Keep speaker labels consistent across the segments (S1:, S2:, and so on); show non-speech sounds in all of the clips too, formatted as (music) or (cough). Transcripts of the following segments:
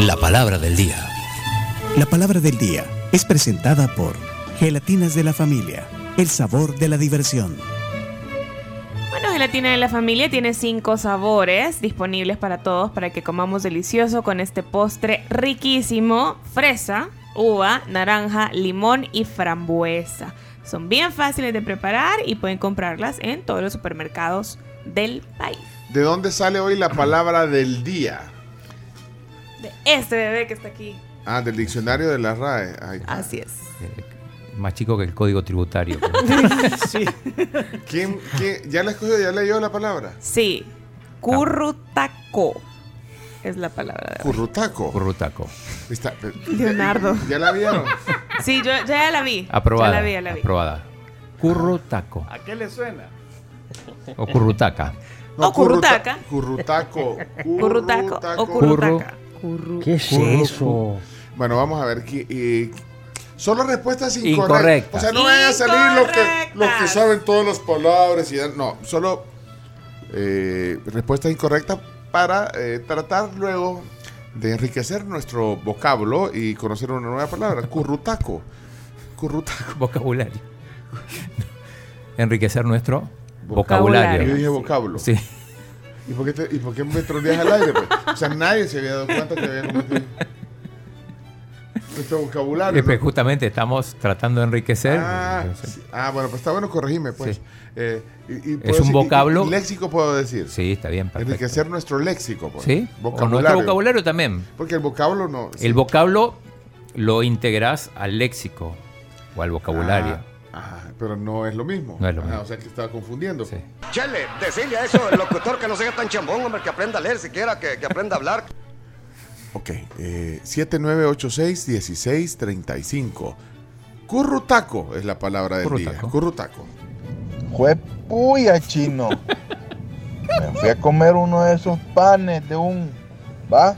S1: La palabra del día.
S2: La palabra del día es presentada por Gelatinas de la Familia, el sabor de la diversión.
S3: Bueno, Gelatina de la Familia tiene cinco sabores disponibles para todos para que comamos delicioso con este postre riquísimo. Fresa, uva, naranja, limón y frambuesa. Son bien fáciles de preparar y pueden comprarlas en todos los supermercados del país.
S4: ¿De dónde sale hoy la palabra del día?
S3: De este bebé que está aquí.
S4: Ah, del diccionario de la RAE. Ay,
S3: Así es.
S5: Eh, Más chico que el código tributario. pero-
S4: ¿quién- quién- ya la escogió, ya leyó la palabra.
S3: Sí. Currutaco es la palabra.
S4: Currutaco.
S5: Currutaco.
S4: Está-
S3: (laughs)
S4: eh,
S3: Leonardo.
S4: ¿Ya la vieron?
S3: Sí, yo yo ya la vi.
S5: Aprobada.
S3: Ya la vi, ya la vi.
S5: Aprobada. Currutaco.
S6: ¿A qué le suena?
S5: O currutaca.
S3: (laughs) O currutaca.
S4: Currutaco.
S3: Currutaco
S5: Curru-
S3: o currutaca.
S7: ¿Qué es eso?
S4: Bueno, vamos a ver. qui- eh, solo respuestas incorrectas.
S5: Incorrectas.
S4: O sea, no vayan a salir los que, los que
S3: Incorrectas.
S4: saben todas las palabras y dan- No, solo eh, respuestas incorrectas para eh, tratar luego de enriquecer nuestro vocablo y conocer una
S5: (laughs)
S4: nueva palabra. Currutaco. Currutaco.
S5: (laughs) Vocabulario. Enriquecer nuestro vocabulario.
S4: Yo dije vocablo.
S5: Sí.
S4: ¿Y por qué, te- y por qué me troleas al aire? pues? O sea, nadie se había dado cuenta que había
S5: (laughs)
S4: cometido nuestro vocabulario.
S5: Eh, pues,
S4: ¿no?
S5: Justamente estamos tratando de enriquecer.
S4: Ah,
S5: ¿eh? Entonces,
S4: sí. Ah, bueno, pues está bueno, corregime, pues.
S5: Sí.
S4: Eh, y- y puedo
S5: un
S4: decir- y- y
S5: vocablo.
S4: léxico puedo decir.
S5: Sí, está bien. Perfecto.
S4: Enriquecer nuestro léxico, pues.
S5: Sí. O nuestro
S4: Vocabulario.
S5: vocabulario también.
S4: Porque el vocablo no.
S5: El vocablo lo integrás al léxico o al vocabulario.
S4: Ah, ah, pero no es lo mismo.
S5: No es lo mismo.
S4: Ah, o sea, que estaba confundiendo.
S5: Sí.
S8: Chele, decirle a eso el locutor que no sea tan chambón, hombre, que aprenda a leer siquiera, que, que aprenda a hablar.
S4: Ok, eh, 7986-1635. Currutaco es la palabra del día.
S5: Currutaco.
S4: Currutaco.
S9: Fue puya chino. Me fui a comer uno de esos panes de un va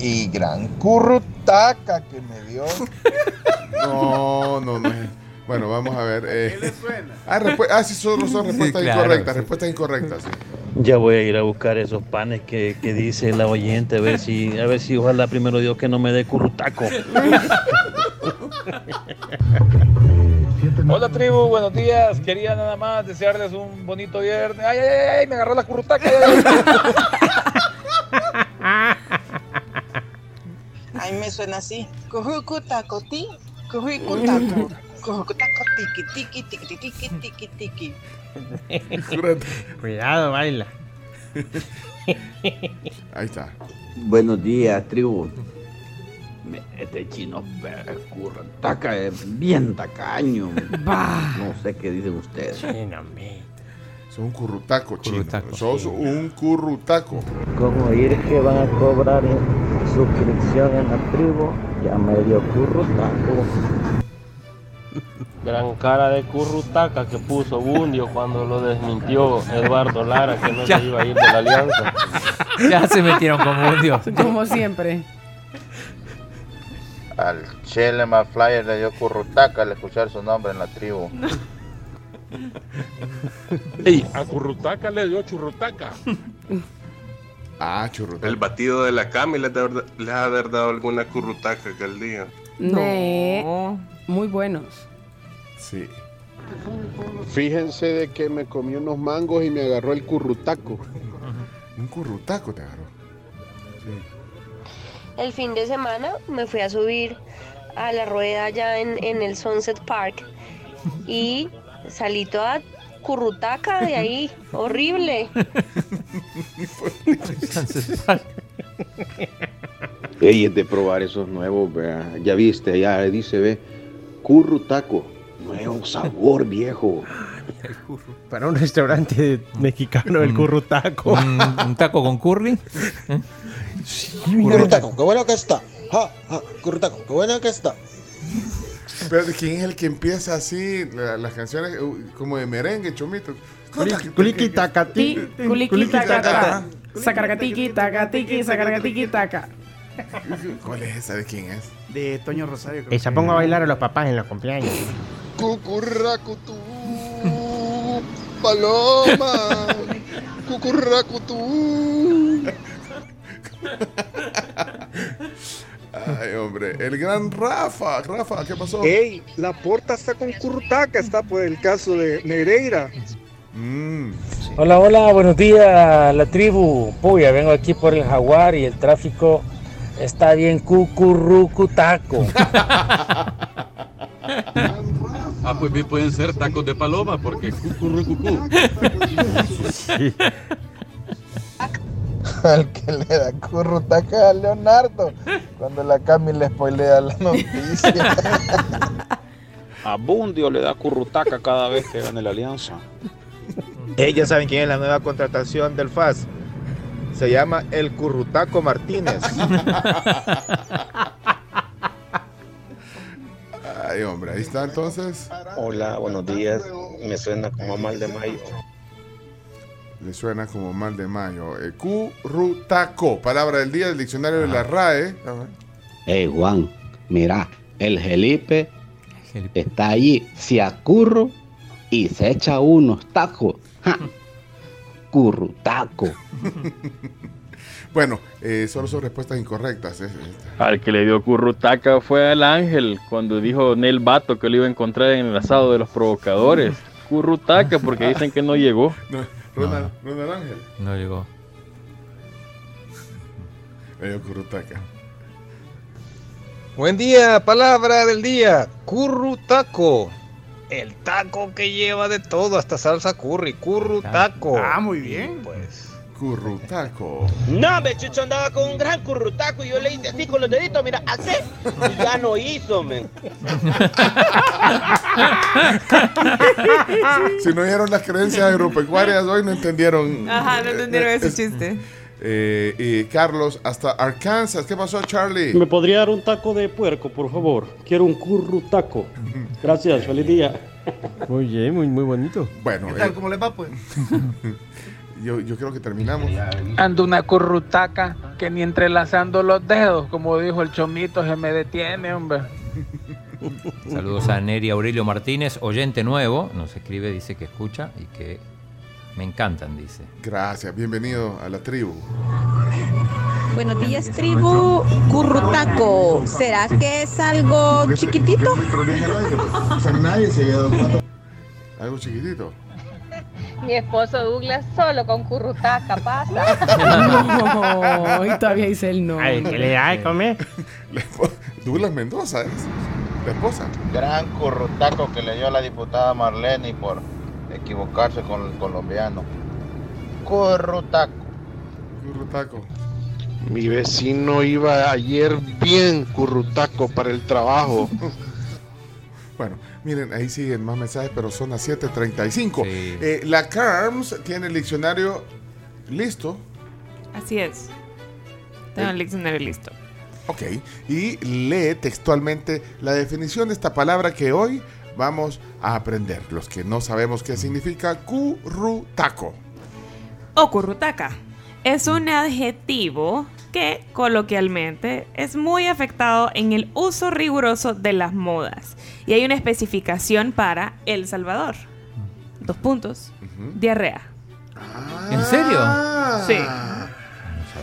S9: y gran currutaca que me dio.
S4: No, no, no. es- Bueno, vamos a ver. eh.
S6: ¿Qué le suena?
S4: Ah, respu- ah, sí, solo son respuestas
S5: claro,
S4: incorrectas.
S5: sí.
S4: Respuestas incorrectas, sí.
S10: Ya voy a ir a buscar esos panes que, que dice la oyente, a ver si, a ver si ojalá primero Dios que no me dé currutaco.
S7: Hola tribu, buenos días. Quería nada más desearles un bonito viernes. Ay, ay, ay, ay, me agarró la currutaca.
S11: Ay, me suena así. Mm. Cujucutacotí, cujucutaco, cujucutaco, tiqui, tiqui, tiqui, tiqui, tiqui, tiqui.
S6: Cuidado, baila.
S4: Ahí está.
S8: Buenos días, tribu. Este chino taca, eh, bien tacaño. No sé qué dicen ustedes.
S4: Son un currutaco, chino.
S5: Currutaco.
S4: Sos un currutaco.
S10: Como ir que van a cobrar suscripción en la tribu, ya me dio currutaco. (laughs) Gran cara de currutaca que puso Bundio cuando lo desmintió Eduardo Lara que no se iba a ir de la alianza.
S5: (laughs) Ya se metieron con un dios.
S11: Como siempre.
S9: Al Chele Flyer le dio currutaca al escuchar su nombre en la tribu.
S10: Ey, a currutaca le dio churrutaca.
S4: Ah, churrutaco.
S8: batido de la cama les, ha haber dado alguna currutaca aquel día.
S3: No.
S11: Muy buenos.
S4: Sí.
S8: Fíjense de que me comí unos mangos y me agarró el currutaco.
S4: Un currutaco te agarró.
S11: El fin de semana me fui a subir a la rueda allá en, en el Sunset Park y salí toda currutaca de ahí. Horrible.
S8: Ey, es de probar esos nuevos, vea. ya viste, ya dice, ve, currutaco. Nuevo sabor, viejo.
S6: Para un restaurante mexicano, el currutaco.
S5: un, un taco con curry.
S7: Currutaco, qué bueno que está. Ja, ja, currutaco, qué bueno que está.
S4: Pero ¿quién es el que empieza así la- las canciones uh, como de merengue, chomito?
S6: Culiqui tacatí.
S3: Culiqui taca. Sacargatiqui taca, tiqui, sacargatiqui taca.
S4: ¿Cuál es esa? ¿De quién es?
S7: De Toño Rosario. creo
S6: Y se
S7: que-
S6: pongo a bailar a los papás en los cumpleaños.
S9: Cucurracutú. paloma, cucurracutú.
S4: Ay, hombre. El gran Rafa. Rafa, ¿qué pasó?
S8: Eh.
S12: Ey, la porta está con Currutaca, está por el caso de Nereira.
S4: Mm.
S13: Hola, hola, buenos días, la tribu. Puya, vengo aquí por el jaguar y el tráfico está bien cucurrucutaco.
S14: Ah, pues bien pueden ser tacos de paloma, porque cucurrucucú.
S9: (laughs) Al que le da currutaca a Leonardo cuando la Cami le spoilea la noticia.
S15: (laughs)
S16: A Bundio le da currutaca cada vez que gane la alianza.
S15: Ella saben quién es la nueva contratación del FAS. Se llama el Currutaco Martínez.
S4: Ay, hombre, ahí está entonces.
S17: Hola, buenos días. Me suena como mal de mayo.
S4: Le suena como mal de mayo. Eh, currutaco, palabra del día del diccionario de la RAE. A ver.
S18: Hey Juan, mira, el Felipe está allí, se acurro y se echa unos tacos. ¡Ja! Currutaco.
S4: Bueno, eh, solo son respuestas incorrectas. es- es-
S14: (laughs) Al que le dio currutaca fue al ángel cuando dijo Nel Bato que lo iba a encontrar en el asado de los provocadores. Currutaca, porque dicen que no llegó.
S4: No, Ronald, Ronald Ángel.
S5: No llegó.
S4: Le dio currutaca.
S19: Buen día, palabra del día, currutaco. El taco que lleva de todo, hasta salsa curry, currutaco.
S4: Ah,
S19: muy bien. Pues.
S4: Currutaco.
S20: No, me Chucho andaba con un gran currutaco y yo le hice así con los deditos, mira, así. Y ya no hizo, men.
S4: (laughs) Si no vieron las creencias agropecuarias hoy, no entendieron. eh,
S3: Ajá, no entendieron ese
S4: Es-
S3: chiste.
S4: Eh, y Carlos, hasta Arkansas. ¿Qué pasó, Charlie?
S21: ¿Me podría dar un taco de puerco, por favor? Quiero un curru taco. Gracias, feliz día.
S6: (laughs) Muy bien, muy, muy bonito.
S4: Bueno, eh,
S22: ¿Cómo les va, pues?
S4: yo, yo creo que terminamos.
S22: Ando una currutaca que ni entrelazando los dedos, como dijo el chomito, se me detiene, hombre.
S5: Saludos a Neri Aurelio Martínez, oyente nuevo. Nos escribe, dice que escucha y que me encantan, dice.
S4: Gracias, bienvenido a la tribu.
S3: Oh,
S23: Buenos días, tribu. Currutaco, ¿será que es algo chiquitito?
S4: Algo chiquitito. (laughs)
S24: Mi esposo Douglas solo con currutaca
S25: (laughs) No,
S24: pasa.
S25: y Ah, todavía dice el no.
S4: Ay, que le da de
S6: comer?
S4: Douglas Mendoza es la esposa.
S9: Gran currutaco que le dio a la diputada Marlene por equivocarse con el colombiano. Currutaco.
S4: Currutaco.
S17: Mi vecino iba ayer bien currutaco para el trabajo.
S4: Bueno, miren, ahí siguen más mensajes, pero son las 7:35. Eh, la CARMS tiene el diccionario listo.
S3: Así es. Tengo el diccionario listo.
S4: Ok, y lee textualmente la definición de esta palabra que hoy vamos a aprender. Los que no sabemos qué significa, currutaco.
S3: O currutaca. Es un adjetivo que coloquialmente es muy afectado en el uso riguroso de las modas. Y hay una especificación para El Salvador. Dos puntos. Diarrea.
S5: ¿En serio?
S3: Sí.
S4: Ah.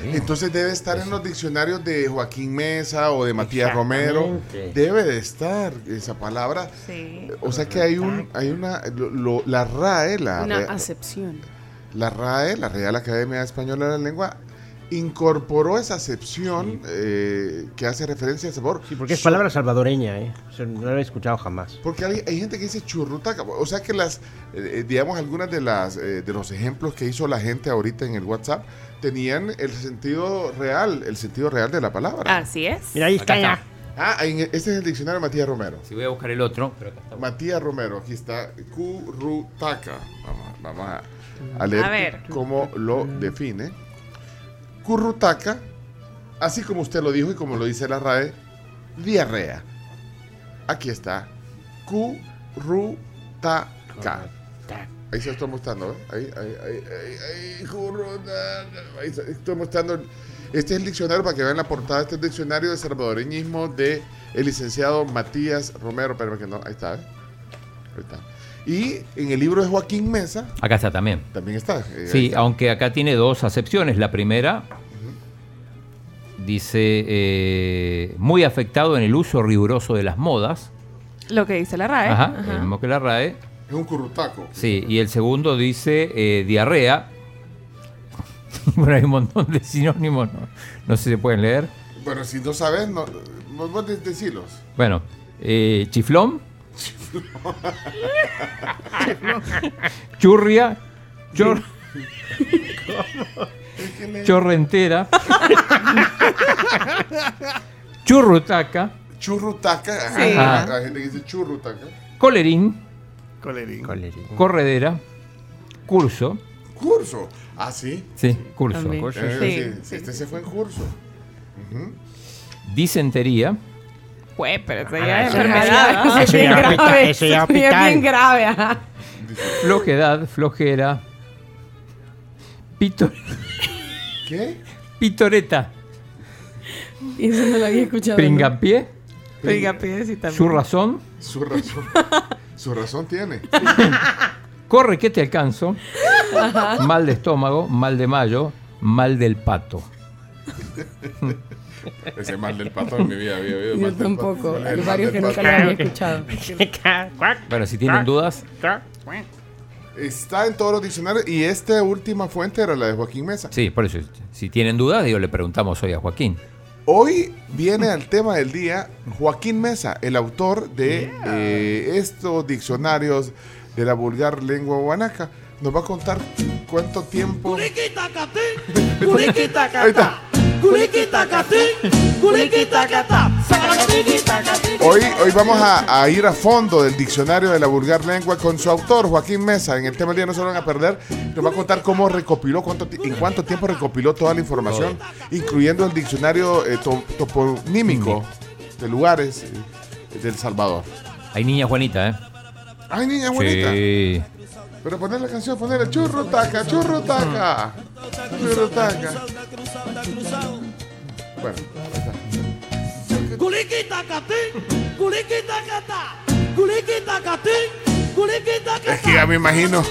S4: Entonces debe estar
S5: Pues
S4: en los diccionarios de Joaquín Mesa o de Matías Romero.
S3: Exactamente.
S4: Debe de estar esa palabra.
S3: Sí.
S4: O sea que hay un, hay una, lo- lo- la RAE, la,
S25: Una
S4: Re-
S25: acepción.
S4: la RAE, la Real Academia Española de la Lengua, incorporó esa acepción eh, que hace referencia al sabor.
S6: Porque es palabra salvadoreña, ¿eh? O sea, no la he escuchado jamás.
S4: Porque hay, hay gente que dice churrutaca. O sea que las, eh, eh, digamos, algunas de las eh, de los ejemplos que hizo la gente ahorita en el WhatsApp tenían el sentido real, el sentido real de la palabra.
S3: Así es.
S4: Mira, ahí
S5: está ya.
S4: Ah, en- este es el diccionario de Matías Romero.
S5: Si voy a buscar el otro, pero acá está.
S4: Matías Romero, aquí está currutaca. Vamos, vamos a, a leer
S3: A ver.
S4: cómo lo define. Currutaca, así como usted lo dijo y como lo dice la RAE, diarrea. Aquí está. Currutaca. Ahí se lo estoy mostrando, ¿eh? Ahí, ahí, ahí, ahí, ahí, currutaca. Ahí se- estoy mostrando. Este es el diccionario, para que vean la portada, este es el diccionario de salvadoreñismo de el licenciado Matías Romero. Espérame que no, ahí está, ¿eh? Ahí está. Y en el libro de Joaquín Mesa
S5: Acá está también.
S4: también está. eh, ahí
S5: Sí,
S4: está.
S5: aunque acá tiene dos acepciones. La primera dice eh, muy afectado en el uso riguroso de las modas.
S3: Lo que dice la RAE.
S5: Ajá,
S3: ¿Eh?
S5: Eh,
S3: Ajá.
S5: el mismo que la RAE.
S4: Es un currutaco.
S5: ah. Sí, y el segundo dice eh, diarrea. (laughs) bueno, hay un montón de sinónimos, no, no sé si se pueden leer.
S4: Bueno, si no sabes, no, vos vos de- decilos.
S5: Bueno, eh, chiflón, churria, chor- chorrentera, churrutaca,
S4: Churrutaca.
S5: Sí.
S4: ajá,
S5: Ajá.
S4: La gente que dice churrutaca.
S5: colerín,
S4: Colerín.
S5: corredera, curso.
S4: Curso. Ah, sí.
S5: Sí, curso.
S4: También.
S5: Curso,
S4: Eh,
S5: sí.
S4: sí, Este se fue en curso. Ujú.
S5: Disentería.
S3: Jue, pero eso
S5: Ah,
S3: ya es
S5: eso ya-
S3: enfermedad.
S5: eso ya
S3: ¿no? Bien
S5: hospital,
S3: grave, (laughs)
S5: eso ya
S3: bien-
S5: hospital.
S3: bien grave, ajá.
S5: Flojedad, flojera. Pito,
S4: ¿Qué?
S5: pitoreta.
S3: Y eso no lo había escuchado.
S5: Pringapié.
S3: Pringapié, sí, también.
S5: Su razón.
S4: Su
S5: (laughs)
S4: razón. Su razón tiene.
S5: Corre que te alcanzo.
S4: Ajá.
S5: Mal de estómago, mal de mayo, mal del pato.
S4: Ese mal del pato en mi vida había oído.
S5: Yo
S4: mal del
S5: tampoco,
S4: pato.
S5: hay
S4: El mal
S5: varios
S4: del
S5: que nunca
S4: pato.
S5: lo había escuchado. Bueno, si tienen dudas.
S4: Está en todos los diccionarios y esta última fuente era la de Joaquín Mesa.
S5: Sí, por eso. Si tienen dudas, digo, le preguntamos hoy a Joaquín.
S4: Hoy viene al tema del día Joaquín Mesa, el autor de eh, estos diccionarios de la vulgar lengua guanaca. Nos va a contar cuánto tiempo. (laughs) Ahí está. Hoy, hoy vamos a, a ir a fondo del diccionario de la vulgar lengua con su autor, Joaquín Mesa. En el tema del día no se lo van a perder. Nos va a contar cómo recopiló, cuánto, ti- en cuánto tiempo recopiló toda la información, incluyendo el diccionario eh, to- toponímico de lugares eh, del Salvador.
S5: Hay niña Juanita, ¿eh?
S4: Ay, niña bonita.
S5: Sí.
S4: Pero poner la canción, poner el churro taca, churro taca. Churro taca. Bueno, ahí está. Es que ya me imagino.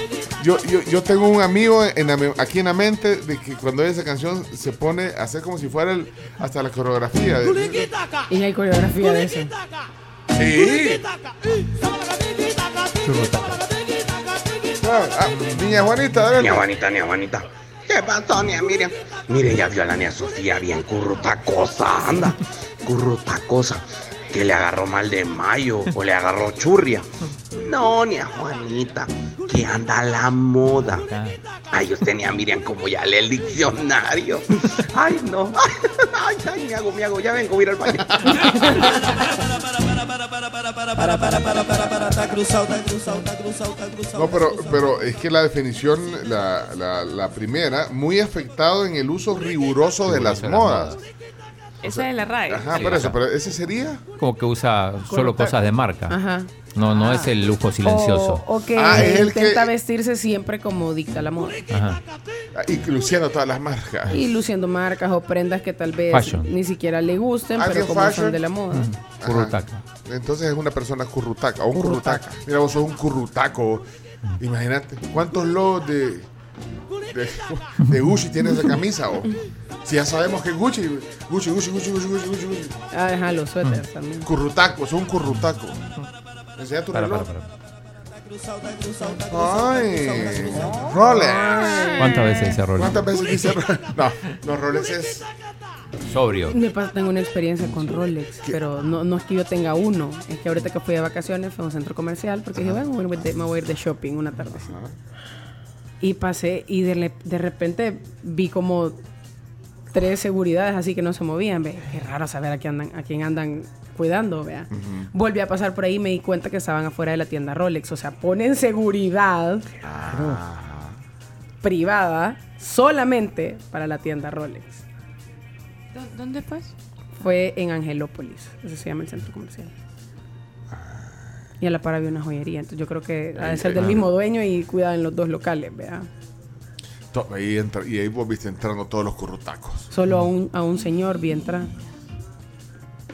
S4: Yo, yo, yo tengo un amigo en la me- aquí en la mente de que cuando oye esa canción se pone a hacer como si fuera el, hasta la coreografía. De,
S1: Y hay coreografía de eso.
S4: sí. Ah, ah, niña Juanita, dale.
S2: Niña Juanita, niña Juanita. ¿Qué pasó, niña Miriam? Mire, ya vio a la niña Sofía bien curruta cosa, anda. Curruta cosa. Que le agarró mal de mayo o le agarró churria. No, niña Juanita, que anda a la moda.
S1: Ah.
S2: Ay, usted, niña Miriam, como ya lee el diccionario. Ay, no. (laughs) Ay, ay, me hago, me hago. Ya vengo, voy a ir al baño.
S4: No, pero, pero es que la definición, la, la, la primera, muy afectado en el uso riguroso de las modas.
S3: Esa es la RAE.
S4: Ajá,
S5: Sí,
S4: por eso,
S5: ajá.
S4: pero ese sería.
S5: Como que usa solo
S1: Correcto.
S5: cosas de marca.
S1: Ajá.
S5: No, no es el lujo silencioso.
S1: O, o que
S4: Ah, es el
S1: intenta vestirse siempre como dicta la moda.
S5: Ajá.
S4: ah, Y luciendo todas las marcas.
S1: Y luciendo marcas o prendas que tal vez
S4: Fashion.
S1: ni siquiera le gusten, pero
S4: Alguien
S1: como
S4: fashion.
S1: son de la moda.
S2: Mm.
S4: Ajá. Entonces es una persona currutaca, o un currutaca. Mira, vos sos un currutaco. Imagínate, ¿cuántos logos de, de, (laughs) de Gucci tiene esa camisa? o? Si ya sabemos que Gucci, Gucci, Gucci, Gucci, Gucci, Gucci, Gucci, Gucci.
S1: Ah, Ajá, los suéteres también.
S4: Currutaco, sos un currutaco. Enseña tu
S5: Para,
S4: reloj.
S5: para,
S4: Ay, Rolex.
S5: ¿Cuántas veces dice Rolex?
S4: ¿Cuántas veces dice Rolex? (laughs) No, no, Rolex es.
S5: Sobrio.
S1: Me pasa, tengo una experiencia con Rolex, pero no, no es que yo tenga uno. Es que ahorita que fui de vacaciones fue a un centro comercial porque dije, bueno, me voy, de- me voy a ir de shopping una tarde. Y pasé y de, le- de repente vi como tres seguridades así que no se movían. ve. Qué raro saber a quién andan, a quién andan cuidando, vea. Volví a pasar por ahí y me di cuenta que estaban afuera de la tienda Rolex. O sea, ponen seguridad privada solamente para la tienda Rolex.
S3: ¿Dó- ¿Dónde pues?
S1: Fue en Angelópolis, ese se llama el centro comercial. Y a la par había una joyería, entonces yo creo que ha de ser del
S4: Ah.
S1: mismo dueño y cuidaban los dos locales, ¿verdad?
S4: To- Ahí entra, y ahí vos viste entrando todos los currutacos.
S1: Solo a un, a un señor vi entrar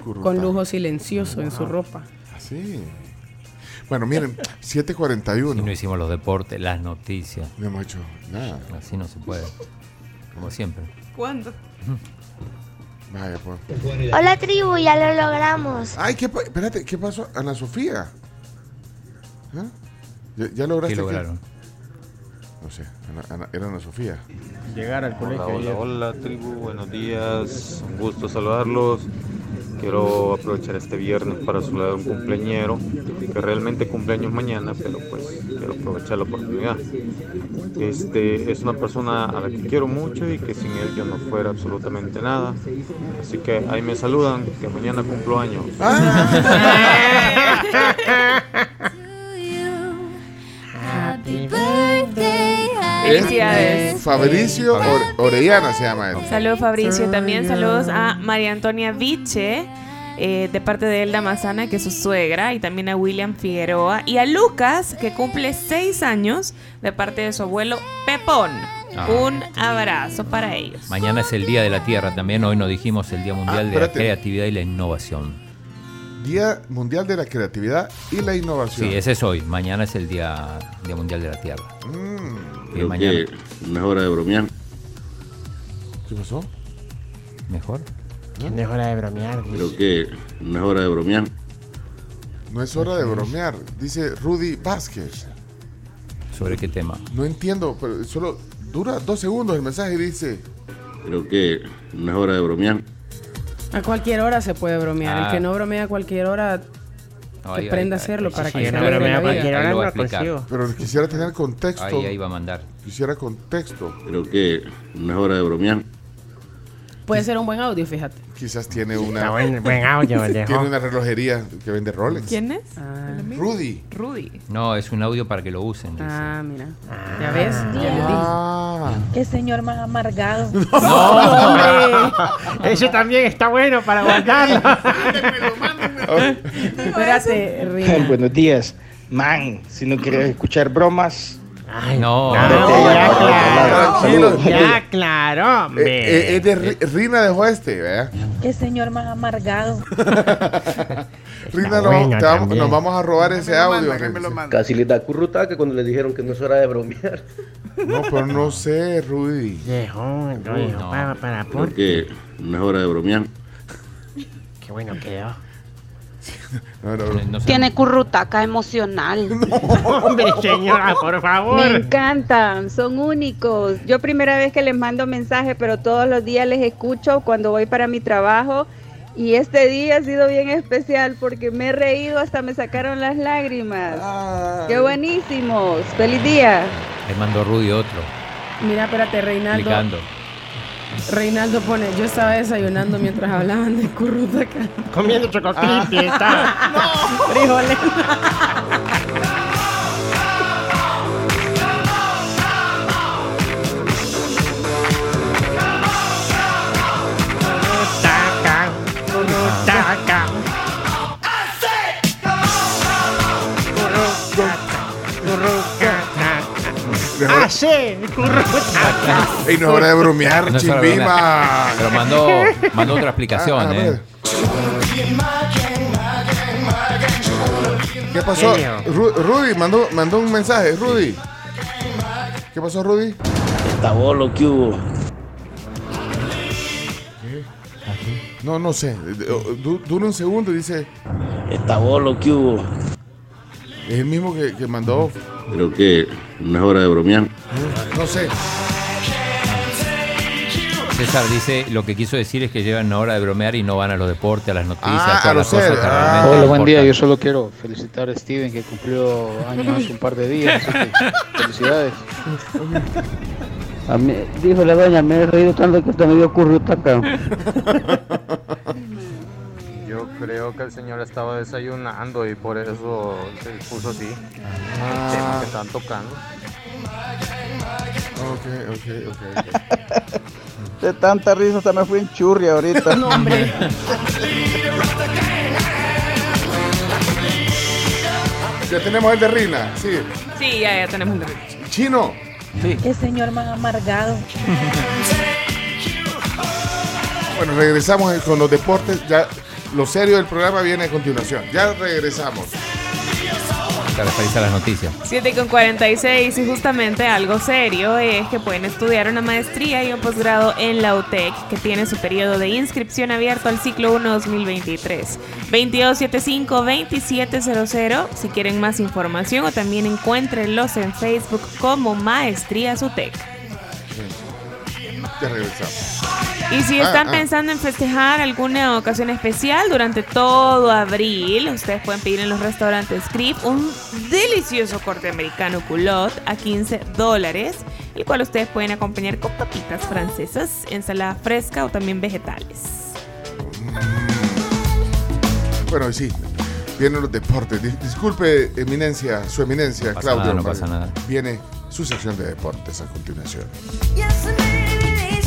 S4: Currutaco.
S1: con lujo silencioso en su ropa.
S4: Así. Ah, Bueno, miren, 7.41.
S5: no hicimos los deportes, las noticias.
S4: No hemos hecho nada.
S5: Así no se puede. Como siempre.
S1: (laughs) ¿Cuándo?
S4: Vaya, pues.
S26: Hola tribu, ya lo logramos.
S4: Ay, ¿qué, pa- espérate, ¿qué pasó? Ana Sofía. ¿Ah? ¿Ya, ya lograste?
S5: ¿Qué
S4: que-
S5: lograron?
S4: No sé, Ana- Ana- era Ana Sofía.
S27: Llegar al
S10: Hola,
S27: colegio.
S10: hola,
S27: ayer.
S10: hola, tribu, buenos días, un gusto saludarlos. Quiero aprovechar este viernes para saludar a un cumpleañero, que realmente cumpleaños mañana, pero pues quiero aprovechar la oportunidad. Este es una persona a la que quiero mucho y que sin él yo no fuera absolutamente nada. Así que ahí me saludan, que mañana cumplo años.
S4: Ah,
S3: Felicidades.
S4: Es Fabricio Or- Orellana se llama él.
S3: Saludos Fabricio, también saludos a María Antonia Viche, eh, de parte de Elda Mazana, que es su suegra, y también a William Figueroa, y a Lucas, que cumple seis años, de parte de su abuelo Pepón.
S5: Ah.
S3: Un abrazo para ellos.
S5: Mañana es el Día de la Tierra también. Hoy nos dijimos el Día Mundial de la
S4: espérate.
S5: Creatividad y la Innovación.
S4: Día Mundial de la Creatividad y la Innovación.
S5: Sí, ese es hoy. Mañana es el Día, Día Mundial de la Tierra. Y
S8: Creo
S5: mañana.
S8: que mejor de bromear.
S4: ¿Qué pasó?
S5: ¿Mejor?
S27: No es hora de bromear, güey.
S8: Creo que mejor de bromear.
S4: No es hora de bromear, dice Rudy Vázquez.
S5: ¿Sobre qué tema?
S4: No entiendo, pero solo dura dos segundos el mensaje y dice...
S8: Creo que mejor de bromear.
S1: A cualquier hora se puede bromear.
S8: Ah.
S1: El que no bromea a cualquier hora, que aprenda a hacerlo para que se alegre la vida.
S4: Pero quisiera tener contexto.
S5: Ahí, ahí va a mandar.
S4: Quisiera contexto.
S8: Creo que mejor de bromear.
S1: Puede ser un buen audio, fíjate.
S4: Quizás tiene una...
S27: Está buen- buen audio,
S4: (laughs)
S27: Vallejo.
S4: Tiene una relojería que vende Rolex.
S1: ¿Quién es?
S4: Rudy.
S3: Rudy.
S5: No, es un audio para que lo usen. dice.
S1: Ah, mira. ¿Ya ves?
S4: Ah.
S28: Qué señor más amargado.
S27: Ese también está bueno para guardarlo.
S1: Espérate, Rina.
S10: Pues.
S29: Buenos días. Man, si no quieres escuchar bromas.
S5: no.
S29: Saludos.
S27: Ya, claro,
S4: Eh, eh, es de Ri- Rina de Oeste, ¿verdad?
S28: Qué señor más amargado.
S4: Rina, lo-
S29: buena
S4: te vamos-
S29: también.
S4: nos vamos a robar ese audio.
S29: Casi les da currutaca cuando les dijeron que no es hora de bromear.
S4: No, pero no sé, Rudy.
S27: (laughs)
S29: no, viejo, para- para-
S8: Creo que mejor de bromear.
S27: Qué bueno quedó.
S28: Tiene currutaca emocional.
S27: Hombre, señora, por
S28: Me
S27: favor.
S28: encantan, son únicos. Yo primera vez que les mando mensaje, pero todos los días les escucho cuando voy para mi trabajo. Y este día ha sido bien especial porque me he reído hasta me sacaron las lágrimas. ¡Qué buenísimos! ¡Feliz día!
S5: Le mandó Rudy otro,
S1: Mira, espérate, Reinaldo.
S5: explicando.
S1: Reinaldo pone, yo estaba desayunando mientras hablaban de currutaca.
S27: Comiendo chococrispy, está.
S1: Frijoles.
S27: Taca, taca.
S4: Mejor-
S27: ¡Hace! ¡Currutaca!
S4: Ey, no es hora de bromear,
S5: No es hora de
S4: chimbima.
S5: bromear. Pero mandó, mandó otra explicación,
S4: Ah, a
S5: ¿eh?
S4: ¿Qué pasó?
S29: Genio.
S4: Ru- Rudy mandó, mandó un mensaje, Rudy. ¿Qué pasó, Rudy?
S29: Está bolo que hubo.
S4: No, no sé. Du- du- Dura un segundo y dice.
S29: Está bolo que hubo.
S4: Es el mismo que, que mandó.
S8: Creo que mejor de bromear.
S4: No sé.
S5: César dice, lo que quiso decir es que llevan una hora de bromear y no van a los deportes, a las noticias,
S4: Ah,
S5: a todas
S4: a
S5: las
S4: los
S5: cosas
S4: ser-
S5: que
S4: ah.
S5: realmente
S9: Hola, buen día.
S5: importan.
S9: Yo solo quiero felicitar a Steven que cumplió años hace un par de días. así que felicidades.
S29: A mí- dijo la doña, me he reído tanto que hasta me dio currutaca.
S10: Yo creo que el señor estaba desayunando y por eso se puso así. El tema que están tocando.
S4: Ok, ok, ok. ok.
S9: De tanta risa hasta me fui en churri ahorita.
S1: No, hombre.
S4: Ya tenemos el de Rina. Sí.
S3: Sí, ya, ya tenemos el
S4: Chino.
S28: Qué Este señor más amargado.
S4: Bueno, regresamos con los deportes. Ya lo serio del programa viene a continuación. Ya regresamos.
S5: para referirse a las noticias.
S3: 7 con 46 y justamente algo serio es que pueden estudiar una maestría y un posgrado en la UTEC que tiene su periodo de inscripción abierto al ciclo 1 2023. 2275-2700 si quieren más información o también encuéntrenlos en Facebook como Maestrías E UTEC.
S4: Ya regresamos.
S3: Y si están
S4: Ah, ah.
S3: pensando en festejar alguna ocasión especial durante todo abril, ustedes pueden pedir en los restaurantes Crip un delicioso corte americano culot a 15 dólares, el cual ustedes pueden acompañar con papitas francesas, ensalada fresca o también vegetales.
S4: Bueno, sí. Vienen los deportes. Dis- disculpe, eminencia, su eminencia,
S5: pasa
S4: Claudio.
S5: nada, no
S4: Mario.
S5: pasa nada.
S4: Viene su sección de deportes a continuación.
S12: Yes, it